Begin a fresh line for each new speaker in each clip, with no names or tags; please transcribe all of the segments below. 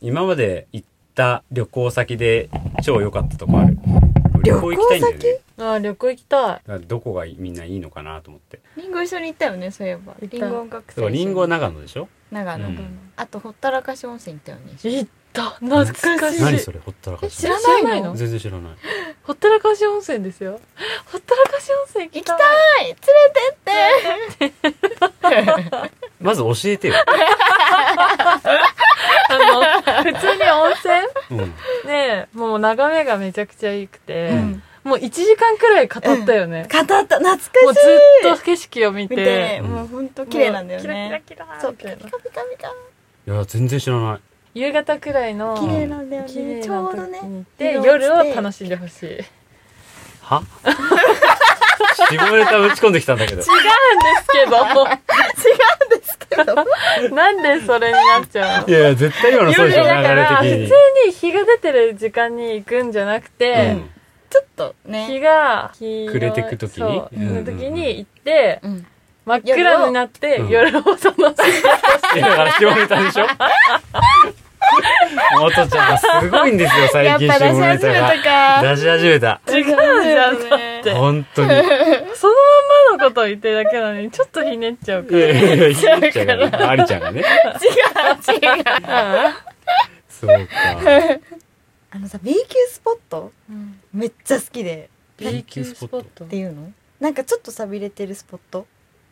今まで行った旅行先で超良かったとこある旅行行きたいんだよね
あー旅行行きた
だからどこがみんないいのかなと思って
リンゴ一緒に行ったよねそういえば
行った
リンゴ音楽
だからリンゴは長野でしょ
長野、
うん
あとほったらかし温泉行ったよね
い行った懐かしい
何それほったらかし
知らない
知らない
の
の
全然知らない
ほったらかし温泉ですよほったらかし温泉行きたい
はい連れてって
まず教え てよ、
あの普通に温泉
うん、
ねもう眺めがめちゃくちゃ良くて、
うん
もう1時間くらい語ったよね、
語った懐かしい
もうずっと景色を見て
見て
うん
もうほんと綺麗なんだよね
キラキラキラ
そう
みたいない
ピカピカ
いや全然知らない
夕方くらいの
綺麗なんだよ
綺麗
ね
な
ちょうどね
時に行って
色落ちて
夜を楽しんで ほしい違うんで
は 絞れた打ち込んできたんだけど
す
違うん ですけど
けど なんでそれになっちゃうの
いやいや絶対今のそう
夜
でしょ流
だから普
れ
通
的に
に日が出てる時間に行くんじゃなくて、
ちょっと
日
ね
が日の
暮れてく時に
そう
うん
の時に行って
うん
真っ暗になって夜を楽しんでほ
う
しい
んいやだから絞れた でしょ元ちゃんがすごいんですよ最近絞れたが
か
出し始めた
違うじゃん
そうだよ
そ
ね
って
本当に
そのまんまのことを言ってるだけなのにちょっとひねっちゃう
い
か
やいやいやひねっちゃうからありちゃんがね
違う違う
ら
そうか
あのさ B 級スポットめっちゃ好きで
B 級スポット
っていうのなんかちょっとさびれてるスポット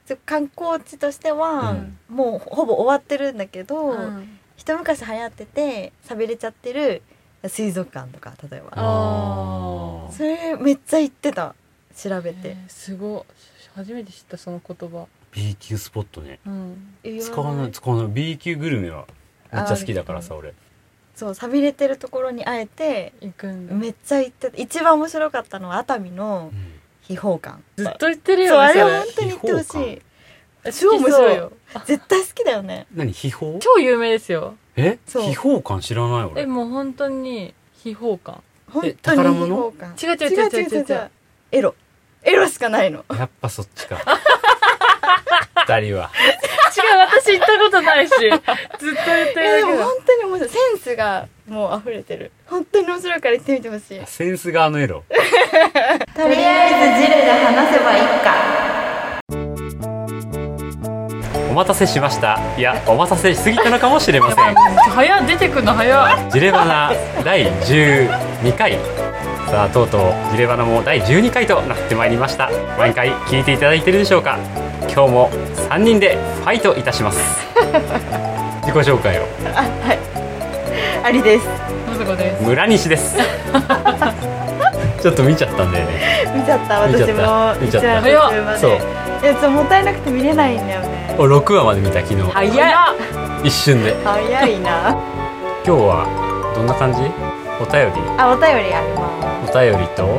ちょ観光地としては、
うん
もうほぼ終わってるんだけど、
うん
一昔流行っててさびれちゃってる水族館とか例えば
あー
それめっちゃ行ってた調べて
え、ーすごい初めて知ったその言葉
B 級スポットね
うん
使わない使わない B 級グルメはめっちゃ好きだからさ俺
そうさびれてるところにあえて
行くんだ
めっちゃ行ってた一番面白かったのは熱海の
うん
秘宝館
ずっと言ってる
そう
よ
あ
ね
れ
そ
は
れ
本当に行ってほしい
超面白いよ
絶対好きだよね
何秘宝
超有名ですよ
え
そう
秘宝館知らない
え
俺
もう本当に秘宝館
本当に
宝物
秘宝
違う違
館
う違う違う違う
エロエロしかないの
やっぱそっちか二人は
違う私行ったことないしずっと言って
いや
る
で
だ
も
けだ
本当に面白いセンスがもう溢れてる本当に面白いから行ってみてほしい
センス側のエロ
とりあえずジレで話せばいいか
お待たせしましたいやお待たせしすぎたのかもしれません
早っ出てくんの早い
ジレバナ第12回さあとうとうジレバナも第12回となってまいりました毎回聞いていただいてるでしょうか今日も3人でファイトいたします 自己紹介を
あはいありです
まさこです
村西です ちょっと見ちゃったんだよね
見ちゃった
見
私
ちゃ
も
った見ちゃった
一応途中まで
そう
いやちょっともったいなくて見れないんだよね
俺6話まで見た昨日
早い
一瞬で
早いな
今日はどんな感じお便り
あお便りありま
お便りとお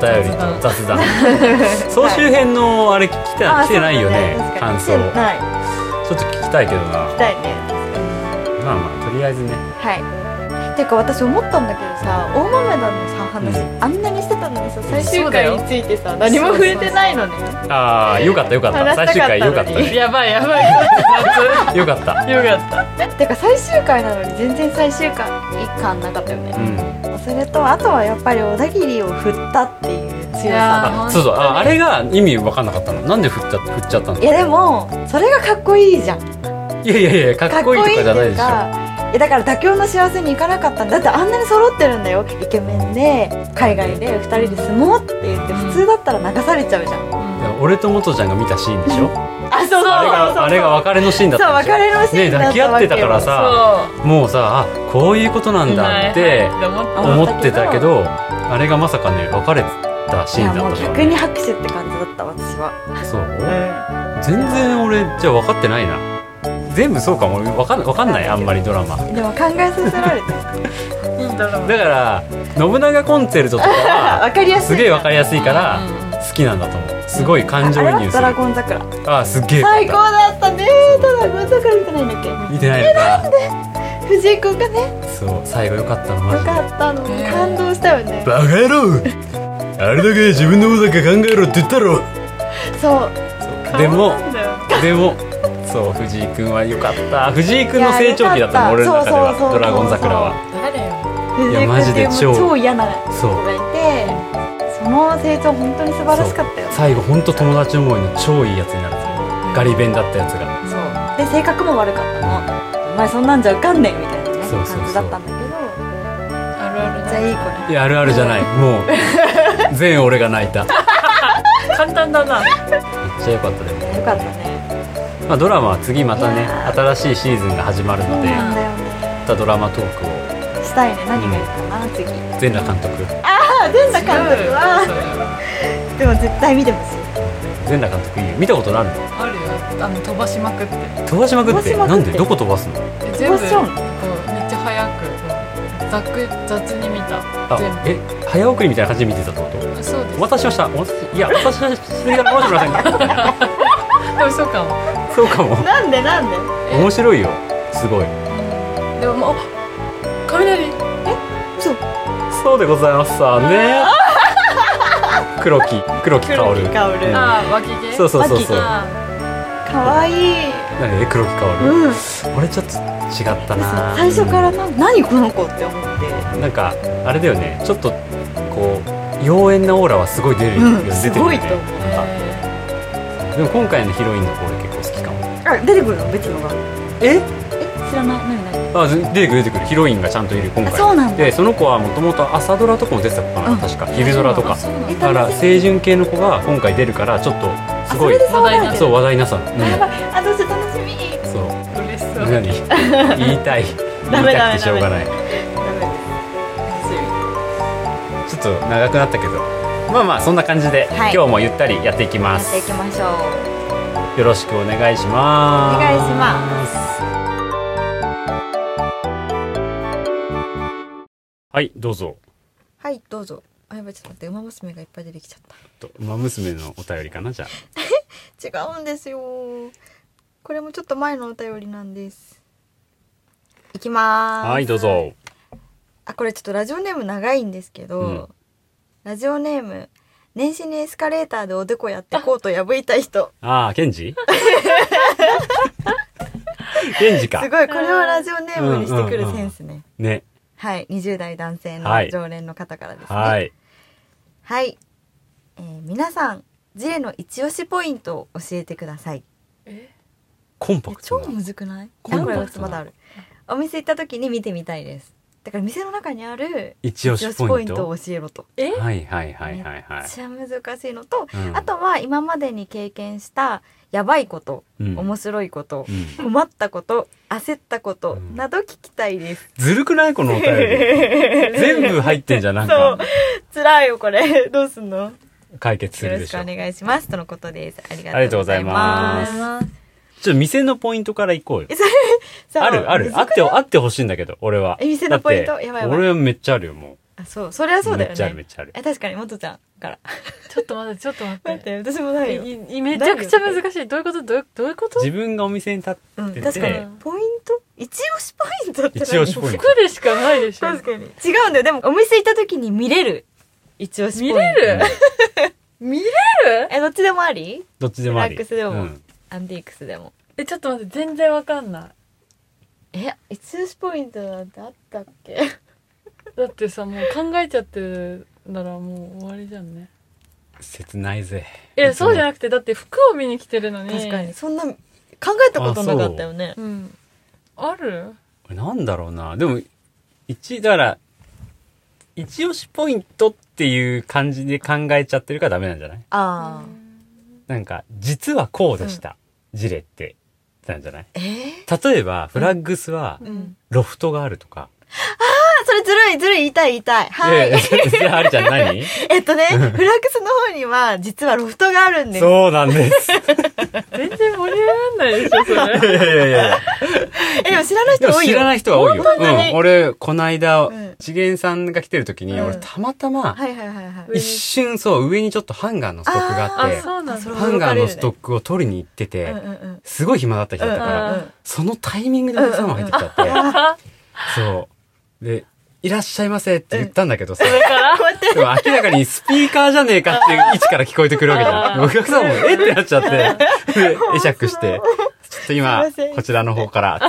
便りと雑談総集編のあれ聞き
す
た
あ
来てないよね
そうだ確か
感
に
想
来てない
ち
来
ょっと聞きたいけどな
たいね
まあまあとりあえずね
はいてか私思ったんだけどさ大豆田のさ話、
う
あんなにしてたのにさ最
そ
終
うだ
回
よ
についてさ何も触れてないのね
ああよかったよかった
話した
最
かった
終回よかった
のに
ね
やばいやばい
よかった
よかって
か最終回なのに全然最終回感なかったよね
う、ん
それとあとはやっぱり小田切を振ったっていう強
たい
さ
あそうそうああれが意味分かんなかったのなんで振っちゃ振っちゃったの
いやでもそれがかっこいいじゃん
いやいやいやかっこいいとかじゃないでしょ
かっこいいっていうかいやだから妥協の幸せにいかなかったんだだってあんなに揃ってるんだよイケメンで海外で2人で住もうって言って普通だったら流されちゃう
い
じゃん、
や俺と元ちゃんが見たシーンでしょ
あそうそう
あれがあれが別れのシーンだっ
そう
たでし
別
ょ
れのシーン
ね
だ
抱
っ
き
た
合っ
わけ
て
よ
たからさ
そ
もうさあこういうことなん
う
だって
はいはいって思
思
っ
ってたけどあれがまさかね別れたシ
い
ー
や
ンだ
も
っ
う
たから
逆に
ね
拍手って感じだった私は
そう全然俺じゃあ分かってないな全部そうかも俺分かん分かんないあんまりドラマ
でも考えさせられて
たいいんだろう
だから信長コンセルトとかは
わかりやすい
すげえ分かりやすいから
うん
好きなんだと思うすごい感情移
あれ
入
は
す
ド
る
ラゴン桜
ああすっげえ
最高だったねドラゴン桜見てないんだっ
見てないのか
け藤井くんがねよ
そう最後よかったのマジで
かったの
ね
感動したよね
バカ野郎あれだけ自分のことだけ考えろって言ったろ
そう
でも
なんだよ
でもそう藤井君は良かった藤井君の成長期だったの
いや
俺の中で
そうそうそう
は
そう
ドラゴン桜は
誰よ
いやマジで超
超嫌な
そ
子
う
がいてその成長本当に素晴らしかったよ
最後本当友達思いの超いいやつになるんですよガリ弁だったやつが
そうで性格も悪かったのお前そんなんじゃ受かんねえみたいなね
そうそうそう
感じだったんだけど
あるある
めっちゃいい子に
いやあるあるじゃないもう 全俺が泣いためっ
簡単だな
ちゃ良かったでも、
よかったね
まあ、ドラマは次またね
いや
新しいシーズンが始まる
そう
ので
なんだよ
ま
ね
たドラマトークを
したいね何がいいかな、次あ
全裸監督
あ全裸監督は
は
でも絶対見てほしい
全裸監督いいよ見たことあるの
あるよあの飛ばしまくって
飛ばしまくって
飛ばしま
な
くって
んでどこ飛ばすの
え
飛
全
ば
部
しちゃうの
こうめっちゃ早くざく雑に見た
あ
全
え早送りみたいな感じで見てたってこと
部そうで
お待たせしましたお待たせいやお待たせしすぎだな申し訳ございません
すでもそうかも
そうかも
なんでなんで
面白いよすごい
でももうあ雷
そう
そうでございますさね黒木黒木薫
黒木薫
うん
ああ脇毛
そうそうそうそう
あ
かわいい
何で黒木薫、
うん
俺ちょっと違ったな
最初からな何この子って思って
なんかあれだよねちょっとこう妖艶なオーラはすごい出るよね、
うん
出て
す
るよ
ご
ね
いと思う
なん
え
かでも今回のヒロインの子俺結構好きかも
あ出てくるの別のが
え
え知らない何何
あず出てくる出てくるヒロインがちゃんといる今
あ
回
そうなんだ
でその子はもともと朝ドラとかも出てた子かな、
うん
確か
ー
昼ドラとか
あそうなんだ
え
だから清純系の子が今回出るからちょっとすごい
あそれで騒がれて
話題にな
る
る
そう話題になさの、うん
やばいあどうしよう楽しみ
そう
嬉しそう
何言いたい言
ダ
い
メ
た
ダメ
くてしょうがない
ダメ楽しみ
ちょっと長くなったけどまあまあそんな感じで、
はい
今日もゆったりやっていきま
やってい
す
きましょう
よろしくお願いします
お願いします
はいどうぞ
はい、どうぞ。あ、やばい、ちょっと待って、馬娘がいっぱい出てきちゃっ
と馬娘のお便りかなじゃあ
た。違うんですよ。これもちょっと前のお便りなんです。いきまーす。
はいどう。ぞ
あ、これちょっとラジオネーム長いんですけど、
うん
ラジオネーム、年始にエスカレーターでおでこやってコート破いた人。
ああケン ジケンジか
すごい、これはラジオネームにしてくるセンスね。
ね
はい、20代男性の
はい
常連の方からですね。
はい
はい。えー皆さん、ジレの一押しポイントを教えてください。
え
コンパクト
超
な
むずくない
コンパクトな
名古屋はまだあるお店行った時に見てみたいですだから店の中にある
一押
女
し
子ポ
ポイ
イ
ン
ント
ト
を教えろと
え
はいはいはいはいは
め
い
っちゃ難しいのと、
うん
あとは今までに経験したやばいこと、
うん
面白いこと
う、ん
困ったこと焦ったこと
うん
など聞きたいです、
ずるくないこのお便り 全部入ってんじゃんなん
そう
か
辛いよこれ どうすんのよ
解決する
ろ
で
しく
しょ
お願いしますとのことですあ
あ
り
りが
が
とうご
とうご
ざ
ざ
い
い
ま
ますす
ちょっと店のポイントから行こうよ
えそれそう
あるあるあってあってほしいんだけど俺は
え店のポイント
だって
やばいやばい
俺はめっちゃあるよも
あそうそれは
う
そうだよ
めっちゃあるめ
ね
っちゃある
え確かにもとちゃんから
ちょっと待ってちょっと待
待っ
っ
てて私もないよ
いいめちゃくちゃ難しいどういうことどういうどういうこと
自分がお店に立っ
うん、
て
確かに
て
ポイント一押しポイントって何
一押しポイント
服でしかないでしょ
確かに違うんだよでもお店行った時に見れる一押しポイン
見
ト
れる見れる
えどっちでもあり
どっちでもあり
リラックスでも
うん
アンティークスでも
えちょっと待って全然わかんない
え一押しポイントなんてあったっけ
だってさもう考えちゃってるならもう終わりじゃんね
切ないぜ
えそうじゃなくてだって服を見に来てるのに
確かにそんな考えたことなかったよね
うんある
これなんだろうなでも一だから一押しポイントっていう感じで考えちゃってるからダメなんじゃない
あ
なんか実はこうでした、事例ってなんじゃない
ーえー
例えばフラッグスは
うん
ロフトがあるとか、
あそれずるいずるい言いたい言いたいはい
ややじゃあありちゃん 何
えっとねフラックスの方には実はロフトがあるんです
そうなん です
全然盛り上がんないでしょそ
いや
れ
いやいやいや
えでも知らない
で
人
も
多い
知
よ
らない人は多いよ、
本
う
当に
ん、俺この間
うん
次元さんが来てる時に、
うん
俺たまたま
はいはいはいはい
上に
一瞬そう上にちょっとハンガーのストックがあ
あ
って
そうなん
あそ
だ
れ
ハンガーのストックを取りに行ってて、
うんうんうん
すごい暇だった人だったから、
うん
そのタイミングでお客様入ってきちゃって、そうで「いらっしゃいませ」って言ったんだけどさ、
から
でも明らかにスピーカーじゃねえかっていう位置から聞こえてくるわけじゃん。
あー
でお客さんも、えってなっちゃって、で会釈して、ちと今
すいません
こちらの方から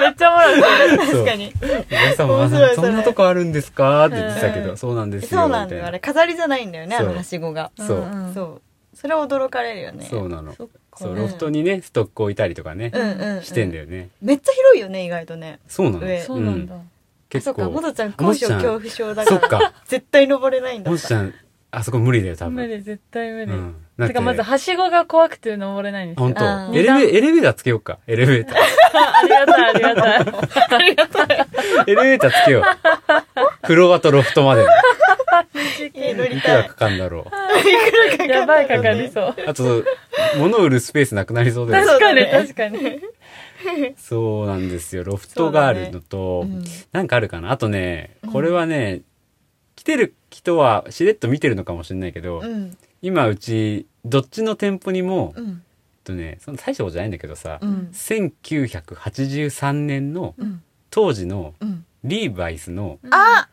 めっちゃもらう。
そう
確かに。
皆さんも
面白いそ
そ
れ
んなとこあるんですかって言ってたけ
う
ど
ん
そうなんですよ
そう
み
な
た
んだ
い
よ。あ
な
れ、飾りじゃないんだよね、あ
そう
の、はしごが。
そうん
う
そう。それは驚かれるよね。
そうなの
そっか
そうロフトにねストック置いたりとかね
うんうんうん。
してんだよね
めっちゃ広いよね、意外とね。
そうなの
上
そうなんだ。
結
そっか、も
構
とちゃん高所
もとちゃん
恐怖症だ
そ
か、
っから
絶対登れないんだ
も
っ
しちゃ
た。
んあそこ無理だよ多
無
分
理、絶対無理。
うんだって
か、まず、はしごが怖くて登れないんですよ
本。
あ
当
ー
エレベエレベーターつけようかエレベ ーター
ありがた い、ありがたい。
エレベーターつけようフロアとロフトま で
え乗
い
り
く
た
ら
い
か。かんだろ
やばい、かかりそう。
うあと物売るスペースなくなりそうだよね
確かに、
そうだね
確かに。
そうなんですよロフトがあるのと、
うん
なんかあるかなあとね
うん
これはね、来てる人はしれっと見てるのかもしれないけど、
うん。
今うちどっちの店舗にも、え
う
っ
ん。
とねその大したことじゃないんだけどさ、
うん。
1983年の
うん。
当時の
うん。
リーバイスの、
あ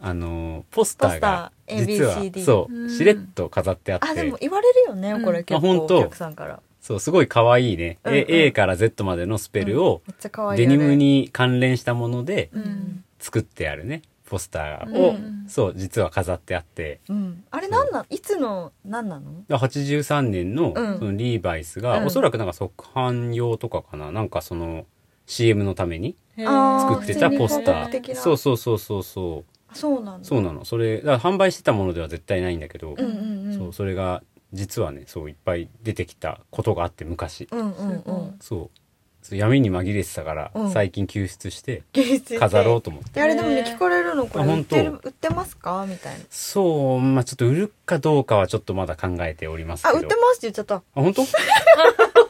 あのーポスターが
ポスター
実は
ABCD
そう、
うん
しれっと飾ってあって
あ、でも言われるよね、こ
う
れ
ん
結
あ
構
本当
お客さんから。
そうすごい可愛いね、
うんうん
A, A から Z までのスペルを
めっちゃ可愛い
デ
よね。
ニムに関連したもので
う
うん
ん。
作ってあるねポスターを、
お
うん
そう実は飾ってあって
うん。あれなんなんいつの、なんなの
だから83年の
うん
そのリーバイスが、
うん
おそらくなんか即販用とかかななんかその CM のために
へー
あー
作ってたポスタ
普通に広告的
ー
な
そうそうそうそうそう
そうなんだ。
そうなのそれだから販売してたものでは絶対ないんだけど、
うんうんうん。
そうそれが実はねそういっぱい出てきたことがあって昔、
うんうんうん。
そうそう闇に紛れてたから、
うん
最近救出して
芸術
飾ろうと思って
であれでもね聞かれるのこれ
あ
売って
本
る売ってますかみたいな
そうまあちょっと売るかどうかはちょっとまだ考えておりますけ
あ
ど
売ってますって言っちゃった
あ本当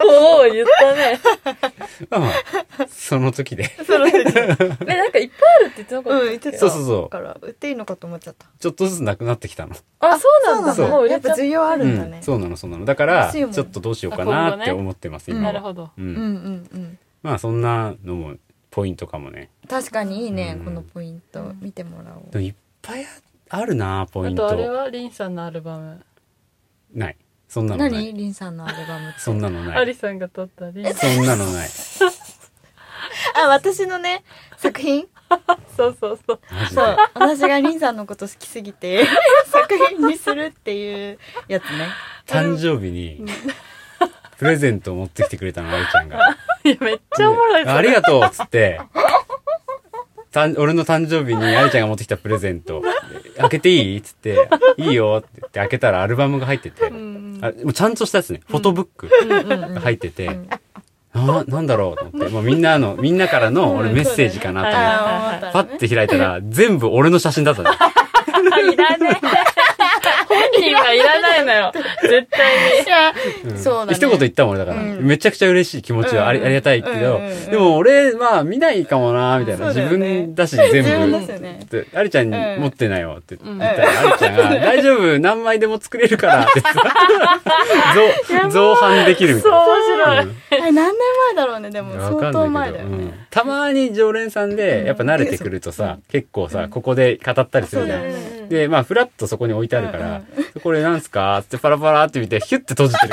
おお、言った ね。
まあまあその時で
その時
え、なんかいっぱいあるって言ってなかった
うん言ってた
そうそうそう
だから売っていいのかと思っちゃった
ちょっとずつなくなってきたの
あ、そうなんだ。
そう
もう売
や
れ
っ
ち
ぱ
ゃっ
需要あるんだ
う
ね
ん、そうなのそうなのだから
安い
ち
もん
ょっとどうしようかなって
あ今後ね
思ってます、
うん
た。
今
な
は
るほど。
うん
うんうんうん
まあそんなのもポイントかもね
確かにいいね
うん
このポイント見てもらお
で
う
もいっぱいあるなポイ
あ
ン
と、あれ
ト
は、リンさんのアルバム。
ないそんなのな
何
い
リンさんのアルバムって
そんなのな
アリ
い
さんが撮ったリ ンさん。
そんなのない
あ私のね作 品
そうそうそう。
マジで
そう私がリンさんのこと好きすぎ て作品にするっていうやつね
誕生日にプレゼントを持ってきてくれたのありちゃんが
いや、めっちゃおもろい。
でありがとうっつってたん俺の誕生日にありちゃんが持ってきたプレゼントで開けていいっつっていいよって言って開けたらアルバムが入ってて、
うん
あもうちゃんとしたやつねフォトブック、
うんうんうん
が入ってて、
うん
あなんだろうと思って、もうみんなの、みんなからの俺メッセージかなと思って、
あー思
パ
ったね
ッて開いたら、全部俺の写真だったね。
いらねえ。本人はいらないのよ。絶対に。
ん
そうだね
一言言ったもん俺だから、
うん
めちゃくちゃ嬉しい気持ちはあり,、
うん
ありがたいけど、
うんうんうん
でも俺、まあ見ないかもなみたいな、
そうだ
自
よね
分だし全
自分
部。
ですよね
でありちゃんに
うん
持ってないよって言
う
っ
ん
たら、ありちゃんが、大丈夫、何枚でも作れるからって言っ て造、造反できるみた
そ、
いうな。
面白い。
うん
あれ何年前だろうねでも
わか
相
ん
当
ない
前
け
だ
ど
よね
うんたまに常連さんでやっぱ慣れてくるとさ、結構さ、ここで語ったりするじゃ
そ
ん
うだ。よ
うん
でまあフラッとそこに置いてあるから「これなんすか?」ってパラパラって見てヒュッて閉じてる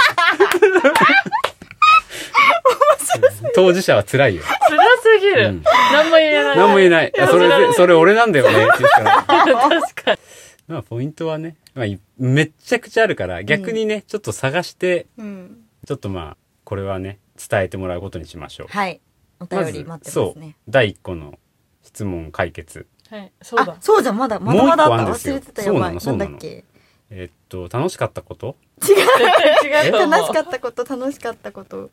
うん当事者は辛いよ、
辛すぎ
う
る。
ん、
何も言えない。
何も言えないあそれでそれ俺なんだよねって言ったら
確かに。
まあポイントはね、まあ、いめっちゃくちゃあるから逆にね、ちょっと探して
うん
ちょっとまあこれはね伝えてもらうことにしましょう
はいお便り待って
ま
ま
ず
す
そう
ね
第1個の質問解決
はい、そうだ
あ。そうじゃんまだまだまだ
もう一個あ
あっ
る
た
んですよ
忘れてたよばい
そうなの
なんだっけ
えっと楽しかったこと
絶対違うと思う。
楽しかったこと楽しかったこと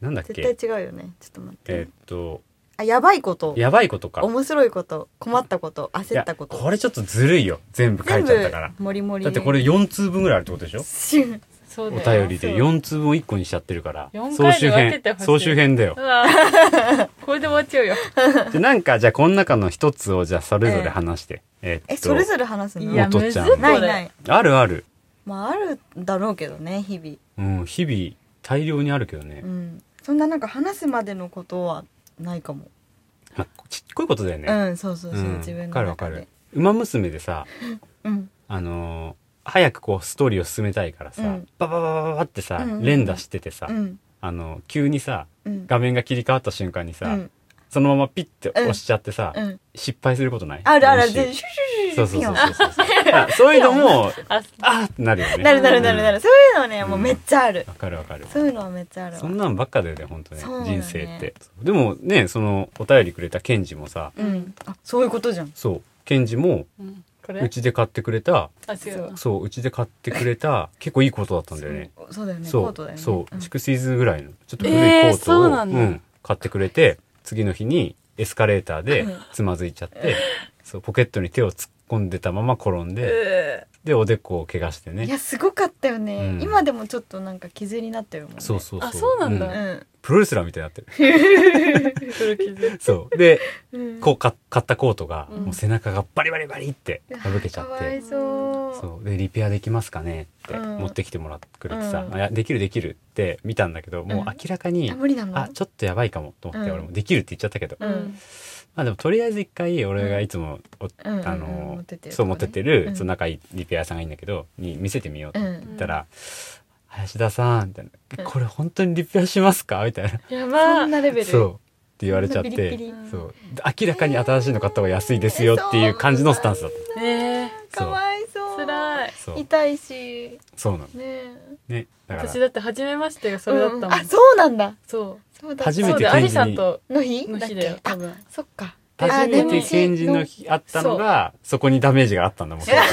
なんだっけ
絶対違うよねちょっと待って、
えっと
あやばいこと
やばいことか
面白いこと困ったこと焦ったこ
い
と
やこれちょっとずるいよ全部書いちゃったから
全部もりもり
だってこれ4通分ぐらいあるってことでしょ
シュン
そ
お
うだよ
便りで4通分を1個にしちゃってるから
四
総
回に
集
分け
編
てほしい
総集編だよ
うわこれで終わっちゃうよ。
でなんかじゃあこの中の1つをじゃあそれぞれ話してえっと
えそれぞれ話すの
いや、
お父
む
ち
ず
ゃ
っ
ん
と
ないない
あるある
まああるだろうけどね日々
うん日々大量にあるけどね
う、んそんななんか話すまでのことはないかも
まあ、ちっこいことだよね、
うんそうそうそう、
うん
自分
わ
の
かるわ
中
か
で
る「ウマ娘」でさ
うん
あのー早くこうストーリーを進めたいからさ、
うん
ババババババってさ、
うんうんうん
連打しててさ、
うん
あの急にさ
うん
画面が切り替わった瞬間にさ、
うん
そのままピッて押しちゃってさ、
うん
失敗することない
あるある
練習
でシュシュシ
そ
ュ
う
シュ
そ
ピ
うそうそうそ
ヨン
うあそういうのも
あ、
あーってなるよね
なるなるなるな
る
るそういうのねもうめっちゃある
わかるわかる
そういうのはめっちゃあるわ
そんなんばっかだよね本当ね
そうだね
人生ってでもねそのお便りくれたケンジもさ
うんあそういうことじゃん
そうケンジも
うん
う
これ
ちで買ってくれた
あ、違うな。
そううちで買ってくれた結構いいコートだったんだよね
そうそうだよね
そ
コー
う
トだよね
そう、
ん
チクシーズぐらいのちょっと古いコ
えー
ートを、
そうなんだ
買ってくれて次の日にエスカレーターで
うん
つまずいちゃって、そうポケットに手を突っ込んでたまま転んで、でおでこを怪我して
い
ね
やすごかったよね、
うん
今でもちょっとなんか傷になってるもんね
そうそうそう
あそうなんだ
うん
プロレスラーみたいにな ってる
それ気づい
そうで
うん
こうか買ったコートが、
うん
もう背中がバリバリバリって
うわ
破けちゃっ
かわ
て
いそう
そうでリペアできますかねって
うん
持ってきてもらってくれてさ、
うん
あいやできるできるって見たんだけどもう明らかに、
あ無理なの
あちょっとやばいかもと思って、
うん
俺もできるって言っちゃったけど、
た。
うん
まあでもとりあえず一回俺がいつもお、
うんうん
あの、
持ってってるとこね
そう持ってってる、
うん
その仲いいリペア屋さんがいいんだけどに見せてみようと
う
言っ
ん
たら「林田さん」みたいな「
うん
これ本当にリペアしますか?」みたいな
や
そ
ば
んなレベ
「
ル
そう」って言われちゃって
ピリピリ
そう明らかに新しいの買った方が安いですよっていう感じのスタンスだっ
ー。ねえ。
そう
かわいそう
つらい
た。そう
痛いし
そうなの
ねえ
ねだから
私だって初めましてがそれだったも。
うんんあそうなんだ
そ
そうだ
初
う。
め
そ
て
うで、
ケ
ア
ンジに
リさんと
の日
の
だっ
日だよ
け、
多
あ
分。
そっか
初めて
あ
検事の日あったのがそこにダメージがあったんだもん。それは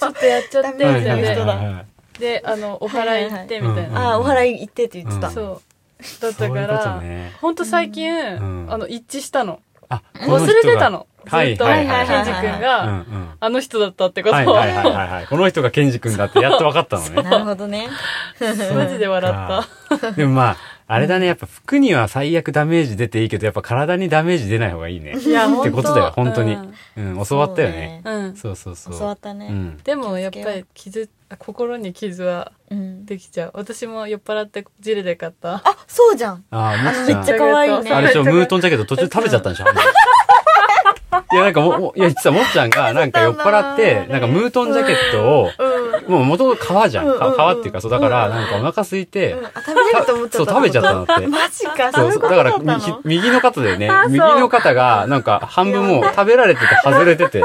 ちょっとやっちゃって、み
い
た
はいいはい
人
は
だ
な。
い
で、あの、お祓い行って、みたい
うん
な。
あーお祓い行ってって言ってた、
うん
そう。だっ
そう
た
い
か
うこと
ら、
ね。
ほんと最近、
ん
あの、一致したの。
あ、こ
忘
の人が
れてた。の。ず
はい
っと、
は
ケン
いはいはい
ジ君が、
うんうん
あの人だったってこと
はい
を。
はいはいはいはい。この人がケンジ君だってやっと分かったのね。
なるほどね
マジで笑
った。でもまあ、あれだね、やっぱ服には最悪ダメージ出ていいけど、やっぱ体にダメージ出ない方がいいね。
いや、
ってことだよ、
ほん
本当
と
に。うん、教わったよね。
そう
うん。
そうそうそう。
教わったね
うん。
でもやっぱり傷心に傷は
うん
できちゃう私も酔っ払ってジレで買った
あそうじゃん
ああ、も
あ
ち
め
ち
っ
ゃ
ちゃ
ん。
可愛いね
あれでしょ、ムート
ン
ンだけど途中で食べちゃったんでしょいや、なんかも、もいや、実はもっちゃんが、なんか酔っ払って、なんかムートンジャケットを、
うん
もう元々革じゃ
うん
ん。
うんうん
革っていうか、そう、だから、なんかお腹空いて、
うんあ食べれると思っちゃ
そう、
った
食べちゃったんだって。
マジか
そ
そううい
そうう。だ
こと
か
だ
ら
った
右
の、
右の肩でね
あ、そう
右の肩が、なんか、半分もう食べられてて外れてて、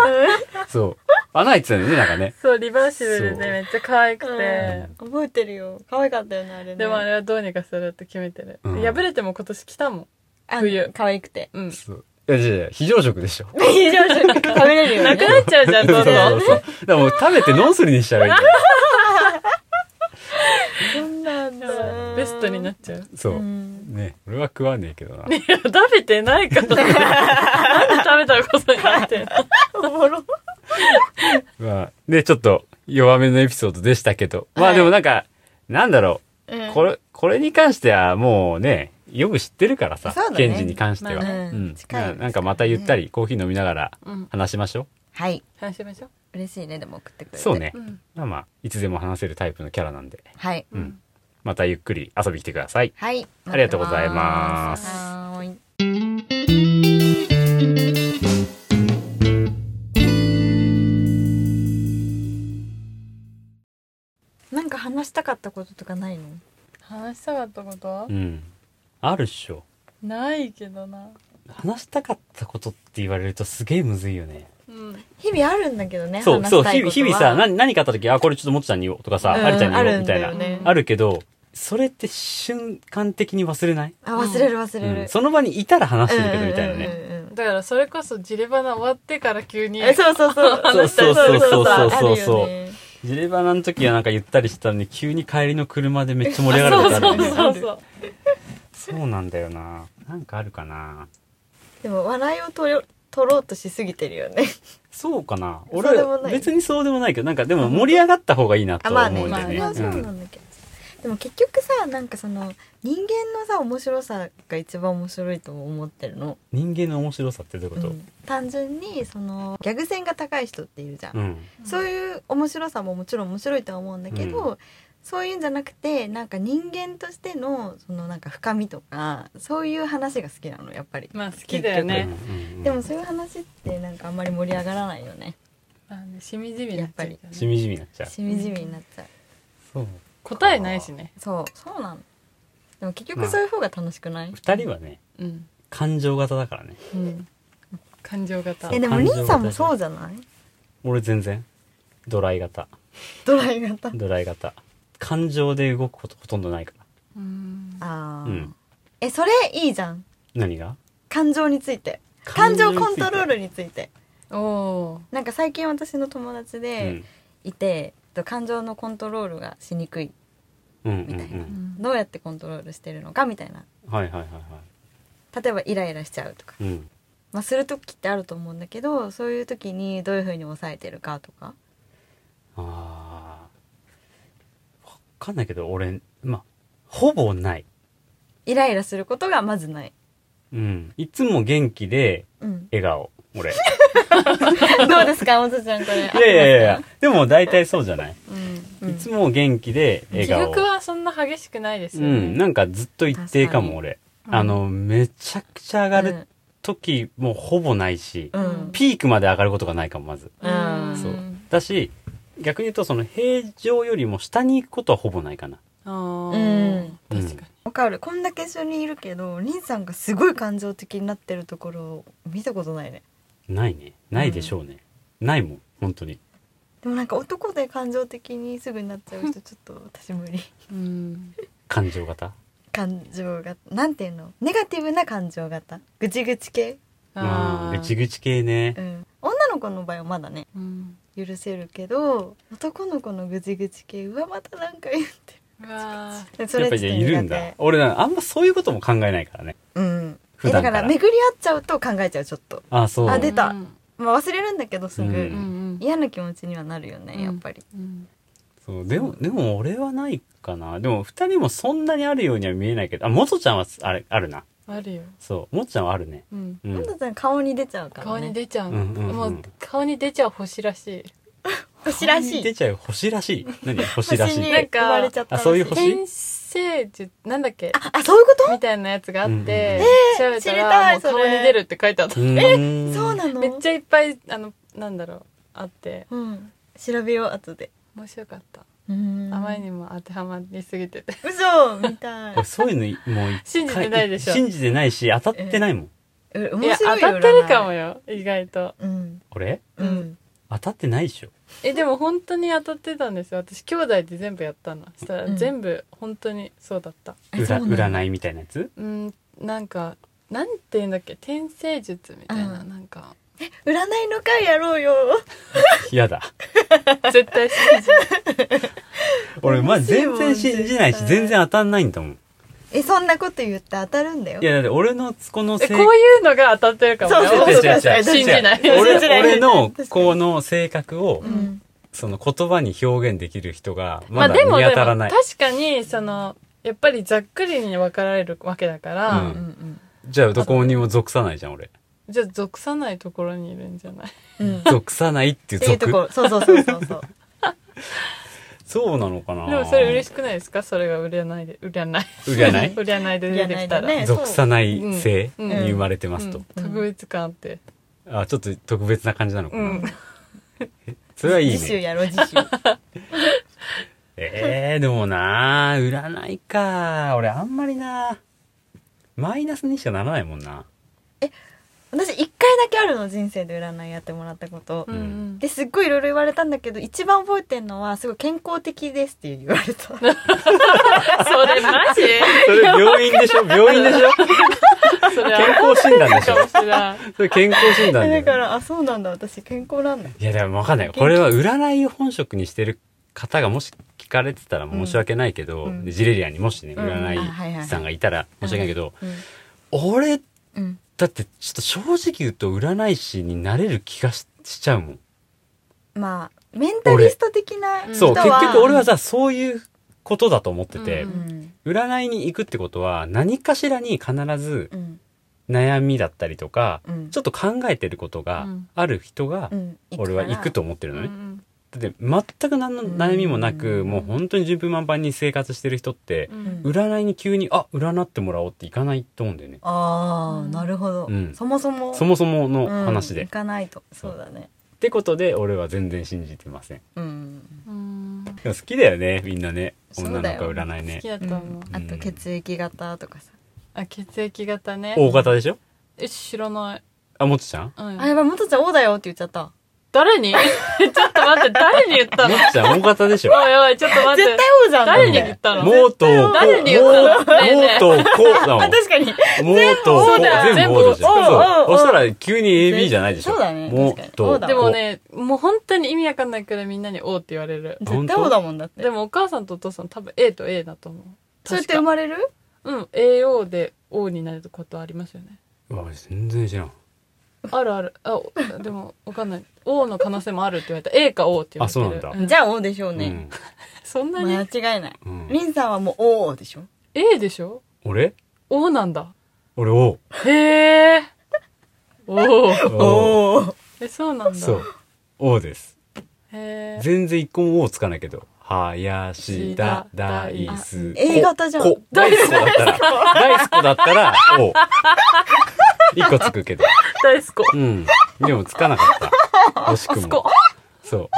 そう。穴開いてたよね、なんかね。
そうリバーシブル
そう
でめっちゃ可愛くて
ん
覚えてるよ可愛かったよねあれね
でもあれはどうにかするって決めてる
うん
破れても今年来たもん
あ
冬
可愛くて
うん
そう。いや、いやいや非常食でしょ。
非常食食べれるよね
なくなっちゃうじゃんど
そう
ん
そ
ど
うんそう。だからもう食べてノンスリにしちゃえばいいんだよ。
そんなんだ
ベストになっちゃう
そうう。
ん
ね、俺は食わねえけどな。
いや食べてな いからなんで食べたことになってんの
おもろ
まあ、で、ちょっと弱めのエピソードでしたけど。ま
は
あ
い
でもなんか、なんだろ
うん
う。これ、これに関してはもうね、よく知ってるからさ
そうだ、ね
ケンジに関しては。
まあ
ね
うん
近いですからね
なんかまたゆったりコーヒー飲みながら
うん
話しましょ
はい
話しましょ
嬉しいねでも送ってくれ
う。
て
そうね
う。ん
まあまあ、いつでも話せるタイプのキャラなんで、
はい
うん。またゆっくり遊びに来てください。
はい
ありがとうございます
はーいなんか話したかったこととかないの
話したかったことは
うん。あるっしょ。
ないけどな
話したかったことって言われるとすげえむずいよね。
うん
日々あるんだけどね
そう、
話
そう、
した
日
いこ
々、
と
日
は
々さ、何、何かあった時、あ、これちょっともっちゃんに言おうとかさ、ありちゃんに言おうみたいな
う。んあるんだよね
あるけど、それって瞬間的に忘れない、
あ忘れる忘れ
う
る
んその場にいたら話してるけど
うん
みたいなね。
うんうんうん
だからそれこそジレバナ終わってから急に
えそうそうそう
そうそうそうそうそうそう
あるよね
ジレバナの時はなんかゆったりしてたのに、急に帰りの車でめっちゃ盛り上がることあるよね。
そうそう
そうなんだよな。なんかあるかな。
でも笑いを取ろ取ろうとしすぎてるよね
そうかな。
そう
俺
でもな、い
別にそうでもないけど、なんかでも盛り上がった方がいいなと
あ
思
ま
う
あ
んだ
ね
よ
まあそ
ね。
れはそうなんだけど、でも結局さなんかその人間のさ面白さが一番面白いと思ってるの、
うん人間の面白さってどういうこと、
うん単純にそのギャグ線が高い人っているじゃん、
うん
そういう面白さももちろん面白いとは思うんだけど、
う
そういうんじゃなくてなんか人間としてのそのなんか深みとかそういう話が好きなのやっぱり、
まあ好きだよね
うんうんうん
でもそういう話ってなんかあんまり盛り上がらないよね
まあね、しみじみになっちゃうけどね
しみじみになっちゃう
しみじみになっちゃう
そう
答えないしね。
そうそうなのでも結局そういう方が楽しくない、
2人はね
うん。
感情型だからね
うん。感情型。
えでも
感情
リ
型
ンさんもそうじゃない
俺全然ドライ型
ドライ型
ドライ型感情で動くことほとんどないか
うん。
ああ、
らうん
えそれいいじゃん
何が
感情について感情コントロー
ル
ルについて
おお
なんか最近私の友達でいて、と感情のコントロールがしにくい
うんうんう
みたいな、
ん
どうやってコントロールしてるのかみたいな
うんはいはいはいは
例えばイライラしちゃうとか、
いうん
まあ、する時ってあると思うんだけどそういう時にどういうふうに抑えてるかとか
ああわかんないけど俺まあほぼない
イライラすることがまずない、
うんいつも元気で
うん、
笑顔俺い
どうですかおとちゃんこれ
やいやいやいやでも大体そうじゃない、
うん。
うん
いつも元気で笑
記
顔
憶はそんな激しくないです
う
よね。
んなんかずっと一定か
確か
も
に
俺
うん
あのめちゃくちゃ上がる時もほぼないし、
うん、う
うん
ん
ピークまで上がることがないかもまず
うん。
そう
だし逆に言うとその平常よりも下に行くことはほぼないかな
あー
うん
確かに。
わかるこんだけ一緒にいるけどリンさんがすごい感情的になってるところを見たことないね
ないねないでしょうね、ないもん本当に
でもなんか男で感情的にすぐになっちゃう人ちょっと私無理
うん。
感情型
感情がなんていうのネガティブな感情型ぐちぐち系
うん
あ
ぐち
ー
ぐち系ね
うん女の子の場合はまだね
うん。
許せるけど男の子のぐちぐち系うわまたなんか言って
うわー
るでそ
やっ
れ
ぱ
ち
り
ょ
ね
っと
いるん
苦
だ
手
俺なんかあんまそういうことも考えないからね
うん
普
えだ
段
か
から
ら巡り合っちゃうと考えちゃうちょっと、
あそう
あ出た
うん
まあ、忘れるんだけどすぐ、
う
うんん。
嫌な気持ちにはなるよね、
うん
やっぱり
うん。
そうでもでも俺はないかなでも2人もそんなにあるようには見えないけどあもとちゃんはあれあるな
あるよ。
そうもとちゃんはあるね
うん。
うん
本当ちゃん顔に出ちゃうから、ね、
顔に出ちゃう。
うんうんうん
もう顔に出ちゃう星らし
星ら
顔
し
に出
い
ちゃう星らしい何星らし
に
い
なんか
生まれちゃったらし
あそういう
い。
星
天生術なんだっけ
あそういうこ
みたいなやつがあっ
うんうん
て
え、
調べ
知
た
りた
ら
い
もう
それ
顔に出るって書いてあった。
え
とそうなの
めっちゃいっぱいあのなんだろうあって
うん調べよう後で
面白かった。
うん
あまりにも当てはまりすぎてて。
嘘み たい
俺そういうのもう一回
信じてないでしょ
信じてないし当たってないもん、
え
い
面
や
白
当
いよ
たってるかも
占い
よ意外と。
うん
俺
う
うん
当たってないでしょ
えでも本当に当たってたんですよ。私兄弟で全部やったの。したら
うん
全部本当にそうだった。
え
裏
そうなんだ
占いみたいなやつ
うんなんかなんていうんだっけ天生術みたいな
うん
なんか
占いの会やろうよ
嫌だ
絶対信じない
俺まあ
面白いも
全
ん
然信じないし
絶対
全然当たんないんだもん
えそんなこと言って当たるんだよ
いやだって俺のこの
え
性
こういうのが当たってるかもね。
そうそう
違う違う違う
そう
信じな
違
い
う
信じない
俺俺の
確かに
この性格を
う
うんん
その言葉に表現できる人が
ま
ま
あ
だ
でも
見当たら
で
な
も
い、
確かにそのやっぱりざっくりに分かられるわけだから、
う
うんんうん
じゃあどこにも属さないじゃん 俺
じゃあ属さないところにいるんじゃない
うんっ
属さないっていう
ていうと
属
ころそうそうそうそうそう
そうなのかな
でもそれ嬉
し
しくないですかそれが占いで占い
占 い
占いで出てきた
占い
ら、
でね
属さない性
うん
に生まれてますと、
うん特別感あって
あちょっと特別な感じなのか
う
な、
ん
それはいいね
次週やろう次週
えー、でもなー占いかー俺あんまりなーマイナスにしかならないもん な
私一回だけあるの人生で占いやってもらったこと
うんうん
ですっごいいろいろ言われたんだけど一番覚えてるのはすごい健康的ですって言われた
それマジ
それ病院でしょ病院でしょ
それ
健
あ
康診断で
る
し
か
ょ
もしれ ない
それ健康診断だ
だ
よ
からあそうなんだ私健康なんだ
いやでも分かんないこれは占いを本職にしてる方がもし聞かれてたら申し訳ないけど、
うん
でジレリアにもしね
うんあはい
占
はい
い師さんがいたら申し訳ないけど、
う
俺
んうん
だってちょっと正直言うと占い師になれる気がししちゃうもん
まあメンタリスト的な
俺
そう
人
結
は
局俺はさそういうことだと思ってて、
うん
うん
占いに行くってことは何かしらに必ず
うん
悩みだったりとか、
うん
ちょっと考えてることが
うん
ある人が
うん行くから
俺は行くと思ってる
う
の
んう
ね、
ん
だって全く何の悩みもなく、
うん
もう本当に順風満帆に生活してる人って
う、ん
占いに急に「あ占ってもらおう」って行かないと思うんだよね、
ああなるほど
うん
そもそも
そもそもの
うん
話で、
行かないとそうだね
ってことで俺は全然信じてません
うん。
うん
でも好きだよねみんなね
そう
女
だ
の
よ
子占いね
好きだと思う。
あと血液型とかさ
あ、血液型ね。
大型でしょ
え、知らない。
あもつちゃん
うん
あ。やばいもとちゃん O だよって言っちゃった
誰にちょっと待って、誰に言った
も
の
つちゃん大型でしょ
おいおい、ちょっと待っ
絶対
て。
O じゃん
誰に言ったの
もうとこ
誰に言ったのねえねえ
もうとこだもん
あ確かに
もうとこ
全部 O だ
全部 O でしょ
全部 O
そうそ
O
したら急に AB じゃないでしょ
そうだね
も
確かに
うと
O だ
でもね、もう本当に意味わかんないくらいみんなに「お」って言われる。
本
絶
当
対 O だもんだって
でもお母さんとお父さん多分 A と A だと思う。
それって生
確か
まれる
うん、AO で O になることありますよね。
うわ全然知らん
あるある。あ、おでもわかんない。O の可能性もあるって言われた。A か O って言われてる。
あそうなんだ
じゃあ O でしょう
う
ね
ん
そんなに
間違いない
うん
リンさんはもう O でしょ
A でしょ
俺
?O なんだ。
俺 O
へえ。おお。
お
え、そうなんだ。
そう。O です
へえ。
全然一個も O つかないけど林田大好き
A 型じゃん
こ大好きだったら大好きだったら O 一個つくけど
大好き。
うんでもつかなかった惜しくもそう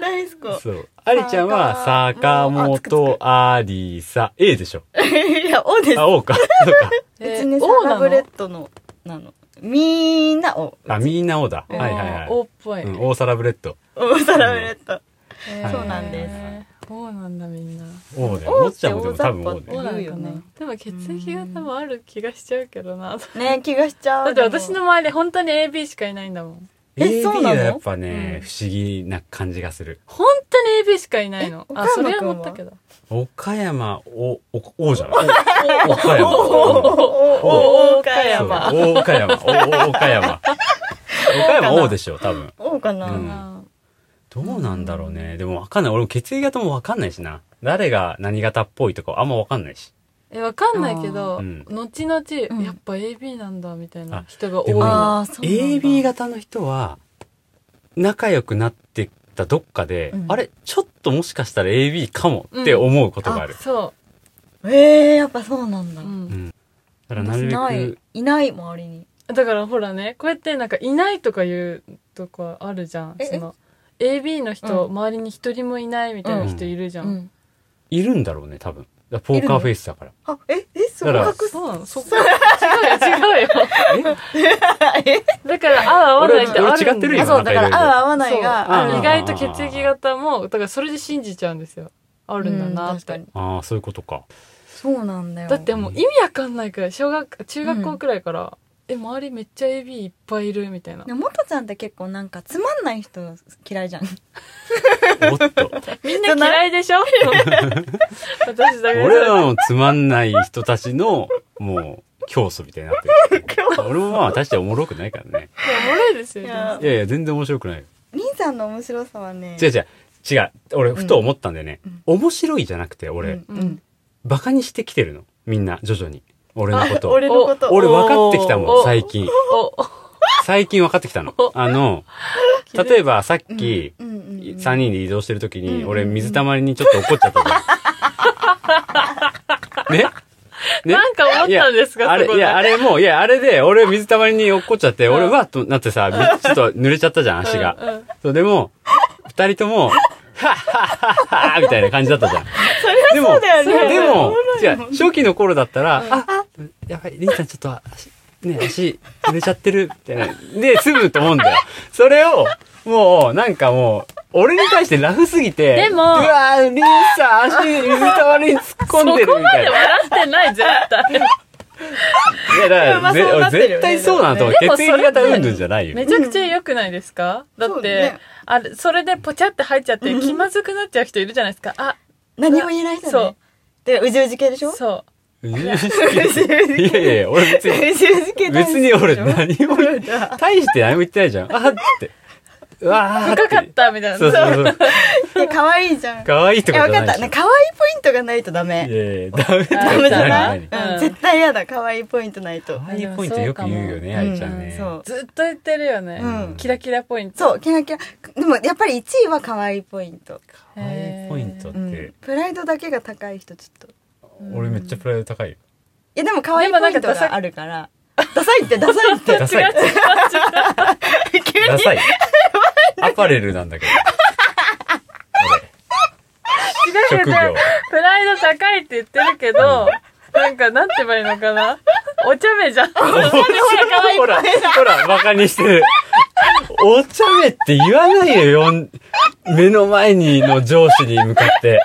大好
そう。ありちゃんは、坂
坂
本ありさ、A でしょ。
きいや O です
あ、O か。そうか。
え
別にさ
O な
ラ
の
ブレッドのなのみんな O
あ、みんな O だ。
あ
は
ー
いはいはい。
O っぽい。
うん、O サラブレッド。
O サラブレッド
へー。
そうなん
です
O なんだみんな。
O だよ。も
O
っちゃんもでも多分 O
って
だ
大雑把
よ。
O な
言う
の
よ
かな
ね。
でも血液型もある気がしちゃうけどな。だ
ね気がしちゃう
って私の
でも
周り本当に AB しかいないんだもん。
え
AB
そうな
は
の
やっぱね、
うん
不思議な感じがする。
本当に AB しかいないの。
え
あ、
岡
そ
山
れ
君は
は思ったけど。
岡山、O、O O じゃない岡山。
おおお岡
そう
山
O 岡山。O 岡山。岡山 O でしょ、多分。
O かな、
うん
あ
どうなんだろうね。でもわかんない。俺も血液型もわかんないしな。誰が何型っぽいとかあんまわかんないし。
え、わかんないけど、
うん
後々、
ん
やっぱ AB なんだみたい
あ
な人が多い
でも
の。
ああそうなんだ
AB 型の人は仲良くなってったどっかで、
うん
あれちょっともしかしたら AB かもって思うことがある、
そ
ええやっぱそうなんだ、
う。う
うん
ん。
だからなるべ
私ない
く
いない周りに
だからほらね、こうやってなんかいないとか言うとかあるじゃん。
え
その、AB の人、
う
周りに一人もいないみたいな人いるじゃん。
うん
いるんだろうね多分だからポーカーフェイスだから
あええそこ
だから
隠す
そうなのそこ。違うよ、違うよ。だから、合う合わないってあるん
俺
だ
俺違ってるよ
あそうだから合う合わないがあ
そう
る
意
あ
外と血液型も、だからそれで信じちゃうんですよ。あるんだな
うん
っ
確か
て
に。
ああそういうことか
そうなんだよ
だってもう意味わかんないくらい、小学、中学校くらいから、え、周りめっちゃ AB いっぱいいるみたいな
で。もとちゃんって結構なんかつまんない人嫌い じゃん
おっと
みんな嫌いでしょ私だけ
俺らのつまんない人たちのもう教祖みたいになって る俺もまあ大しておもろくないからね
おもろいですよ
いや
ね。
いやいや全然面白くないよ
りんさんの面白さはね
違う違う違う俺ふと思ったんだよね、
うん
面白いじゃなくて俺、
うん
うん
バカにしてきてるのみんな徐々に俺のこと
俺のこと
俺分かってきたもん、
お
最近。
お、
最近分かってきたの
お。
あ の、例えばさっき、
うんうんうん
3人で移動してる時
うんうん
に、
うん
俺水たまりにちょっと怒っちゃ ったの。ねね
なんか思ったんですか
あ
そこ
れ、い
で。
や、あれもう、いや、あれで、俺水たまりに落っこっちゃって、俺は、となってさ、み ちょっと濡れちゃったじゃん、足が。
うんうん
そう、でも、二人とも、はっはっはっはみたいな感じだったじゃん。でも、
よね
で
お
も
もろ、い
じゃあ
もん
初期の頃だったら、あ、やばい、りんちゃんちょっと足、ね、足、濡れちゃってる、みたいな。で、済むと思うんだよ。それを、もう、なんかもう、俺に対してラフすぎて、
でも
うわー、りんさん、足、水たまりに突っ込んでるみたいな。
笑ってない、絶対。
いや、だから、
でもまあそうなってる
ぜ絶
よね
対そうなのと思う。
でも
血液型うんぬんじゃ ないよ。
めちゃくちゃ良くないですか、だ
そ
っ
う
て、
ね
あれ、それでポチャって入っちゃって気まずくなっちゃう人いるじゃないですか。あ、
何も言えない人ね
そう
でうじうじ系でしょ
そう。
いやいやいや、俺別 に、
うじうじ系大好
別
きで
に
しょ
俺何も言って、大して何も言ってないじゃん。あって。うわーって。
深かったみたいな。
そうそうそう。
で可愛いじゃん
可愛いと
え
か
わ
じ
か
ゃ
っ
ない
た
で
ね
し
可愛いポイントがないとダ
ょ。い
メ
やいや、ダメ
ダ
だ
メ
よ。
じゃな
何
い、
々
何
うん
うん
絶対嫌だ可愛いポイントないと
可愛いポイントよく言うよね、
でも
愛ちゃんね。
そうかもうん
ずっと言ってるよね。
うん
キラキラポイント。
そうキラキラでもやっぱり1位は可愛いポイント、
可愛いポイントっ
う
て
ん、、プライドだけが高い人ちょっとい
俺めっちゃプライド高いよ。
やでも可愛い
でも
ポ
な
イ
ん
ント
かダサい
があるからダサいってダサいって
ダサい。
違う違う違う。
ダサい。アパレルなんだけど。
違う違う
職業
プライド高いって言ってるけど、なんか、なんて言えばいいのかなお茶目じゃん。
ほら、ほら、バカにしてる。お茶目って言わないよ、よん目の前にの上司に向かって。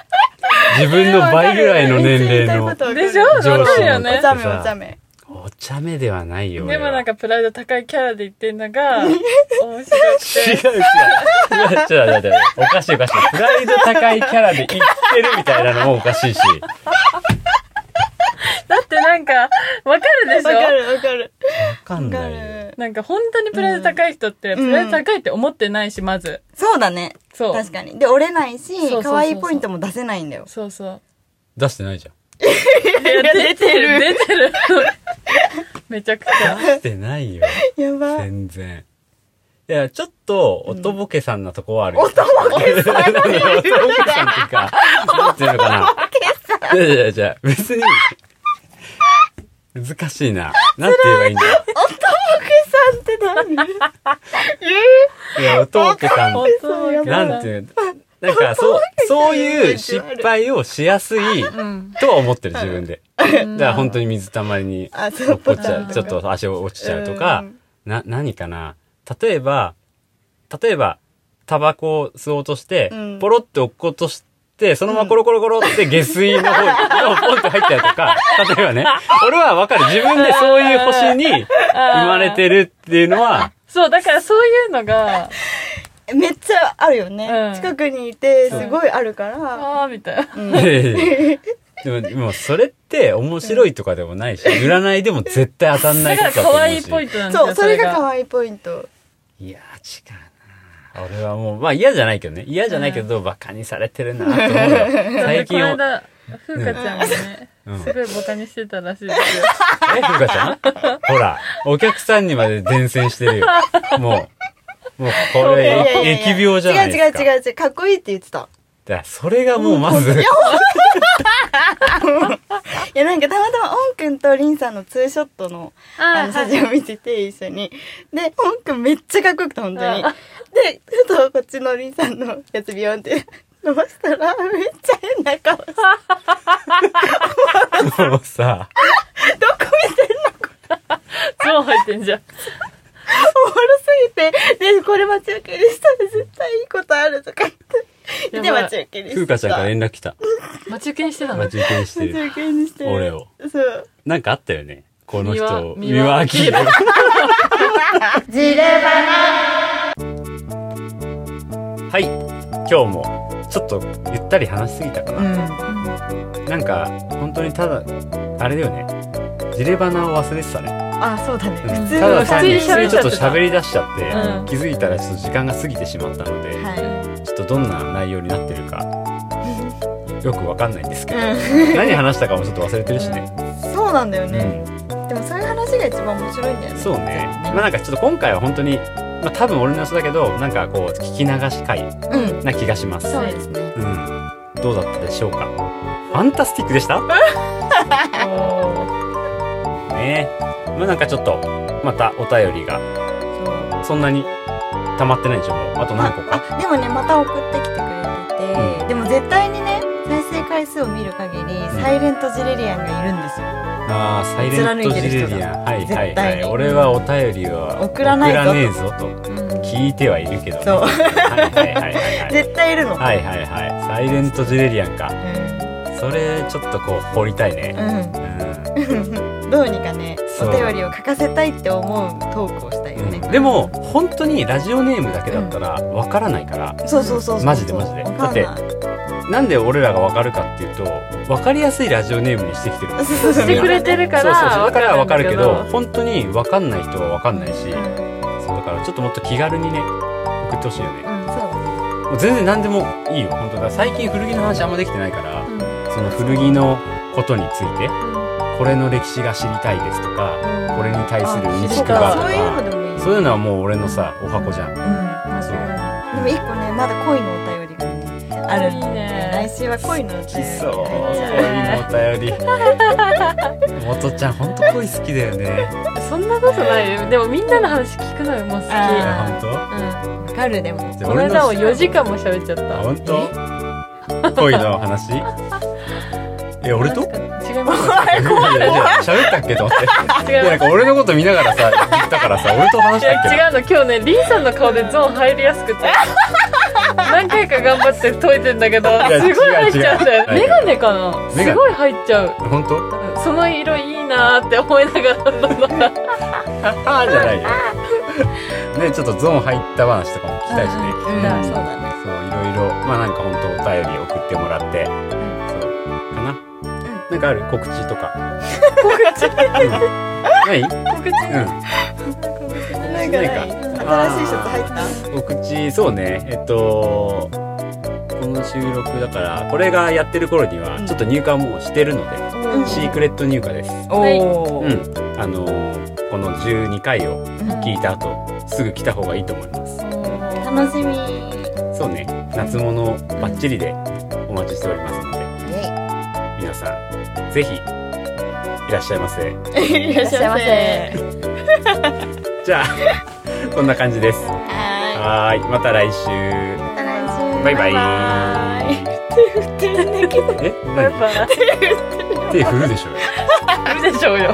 自分の倍ぐらいの年齢の。
でしょ
上司
わかるよ
の
ね
お。茶目お茶目。
お茶目ではないよ。
でもなん
か、
かプライド高いキャラで言ってんのが、面白く
違う違
て。
う。違う違う違う違う。おかしいおかしい。プライド高いキャラで言ってるみたいなのもおかしいし。
だってなんか、わかるでし
わか
ょ
るわかる。
わかん
わか
ないよ。
る。
なんか本当にプライド高い人って、
うん
プライド高いって思ってないし、まず。
そうだね。
そう。
確かに。で、折れないし
そうそうそう、そう
可愛いポイントも出せないんだよ。
そうそう。
出してないじゃん。
いや、
出てる
出てる。めちゃくちゃ。
出してないよ。
やば。
全然。いや、ちょっと、おとぼけさんなとこはあるよ。
おとぼけさん
おとぼけさんっていうか、なんていうのかな。いやいやいや、別に、難しいな。なんて言えばいいんだろ
さんって何
う。いや、おとぼけさん、
本当だ
なんていう、なんか、そう、そういう失敗をしやすい、
うん。
とは思ってる自分で。だから本当に水たまりに
あそう
落っこっちゃ
あ
う。
ー
ちょっと足落ちちゃうとか
うん、
な、何かな。例えば、例えば、タバコを吸おうとして
うん、
ポロって落っことして、そのままコロコロコロって下水の 方にポンって入ったりとか、例えばね、俺はわかる。自分でそういう星に生まれてるっていうのは、
そう、だからそういうのが、
めっちゃあるよね、
うん
近くにいてすごいあるから、
ああ、みたいな。
うん
いやいやいや でも、でもそれって面白いとかでもないし、 占いでも絶対当たんな
だ
いこ
か
とだ
ら
と思うし。
可愛いポイントなんですよ。
そうそれが可愛いポイント
いやー、違うな。俺はもう、まあ嫌じゃないけどね。嫌じゃないけど、バカにされてるなと 思うよ。最近
だっ
を
てこの、間、ふうかちゃんもね、
うん
すごいボタにしてたらしいですよ。
え、ふうかちゃんほら、お客さんにまで伝染してるよ。もう、もうこ
いやいやいや
れ、
いや
疫病じゃないですか。
違う違う違うかっこいいって言ってた
だからそれがもうまず、
いやなんかたまたまオンくんとリンさんのツーショットのあの
は
写
い
真を見てて一緒にでオンくんめっちゃかっこよくて本当に
あ
でふとこっちのリンさんのやつビヨンって伸ばしたらめっちゃ変な顔してどこ
もうさ、
見てんの
ズボン入ってんじゃん。
おもろすぎてでこれ待ち受けにしたら絶対いいことあるとか言ってで
やばい
待ち受けにしてた
ふうかちゃんから連絡来た。
待ち受けにしてたの
待ち受けにして
待ち
る。
受けにしてる
俺を
そう
なんかあったよね。この人、
三
三
輪
輪明宏。
ジレバ
はい、今日も、ちょっと、ゆったり話しすぎたかな。なんか本当にただあれだよねジレバナを忘れてたね
あそうだね
た
普通
だ単に
普
普
通
通
に喋っ
に
ち
ち
ゃ
ょ
っ
ってと
た
喋り出しちゃって、
うん
気づいたらちょっと時間が過ぎてしまったので、
は
ちょっとどんな内容になってるかよくわかんないんですけど、
い、
何話したかもちょっと忘れてるしね、
うん、そうなんだよ
う
ね、でもそういう話が一番面白いんだよね
そうねまあなんかちょっと今回は本当にまあ多分俺の予想だけどなんかこう聞き流し会
うん
な気がします
そうですね
うんどうだったでしょうかファンタスティックでした
お
ねまあなんかちょっとまたお便りがそんなに溜まってないでしょもうあと何個か
あでもねまた送ってきてくれてて、
うん
でも絶対にね再生回数を見る限り、サイレントジレリアンがいるんですよ
ああサイレントジレリアンはい
絶
は
対
い
に
はい俺はお便りは
送らないぞと
送ねえぞと聞いてはいるけど、ね、
そう
はいはいはいはいはい
絶対いるの、
はいはいはいサイレントジレリアンかそれちょっとこう掘りたいね
う、
うん
うんどうにかねお
そう
便りを書かせたいって思うトークをしたいよ
ん、
ね、
でも本当にラジオネームだけだったらわからないから、
そうそうそうそう
マジでマジで
わかんない
だなんで俺らがわかるかっていうとわかりやすいラジオネームにしてきてる
そうそう
ー
そう
してくれてるか
そうそう
ら、
そうだからわかるけ
わ
ど
か
本当にわかんない人はわかんないし、そうだからちょっともっと気軽にね送ってほしいよね、
うんそう
もう全然何でもいいよ本当だから最近古着の話あんまできてないから、
るけど
その古着のことについて
うんうん
これの歴史が知りたいですとかこれに対する
あ
認
そう
識が
か
と
そういうの
か
でもいい
そういうのはもう俺のさお箱じゃん、
うんマジででも一個ねまだ恋のお便りがねあるんで
いいね
来週は恋のお
好
便り
きそう
はい
恋のお便り元ちゃん本当恋好きだよね
そんなことないよでもみんなの話聞くのよもう好き
あ
本当
うん
わかるでも
じゃあ
この間も
俺の
4時間も喋っちゃった
本当恋の話 え俺と
違います
いやいや喋ったっけと思っていや
違
なん
います
か俺のこと見ながらさ言ったからさ俺と話し
い
たっけ
や違うの今日ねリンさんの顔でゾーン入りやすくて何回か頑張って解いてんだけど
や
すごい入っちゃうんだよ
違う違う
メガネかな
メガネ
すごい入っちゃう
本当
その色いいなーって思いながらどんどんどん
あ ーじゃないよねちょっとゾーン入った話とかも聞きたいし
う
ね
んんそうだね
そういろいろまあなんか本当お便り送ってもらってそうかな、なんかある告知とか告知、うん、ない
告知
うん
なんか
な
ないい
か
新しいシャツ入った
告知そうねえっとこの収録だからこれがやってる頃にはちょっと入荷もうしてるので、
うん
シークレット入荷です、
はい
うんあのーこの12回を聞いた後すぐ来た方がいいと思います
楽しみ
そうね夏物バッチリでお待ちしておりますので皆さんぜひいらっしゃいませ
いらっしゃいませ
じ ゃあこんな感じです
は
はーいまた来週
いまた来週
バイバイ
バイ
え
バイバイ
何手振るでしょ
いるでしょうよ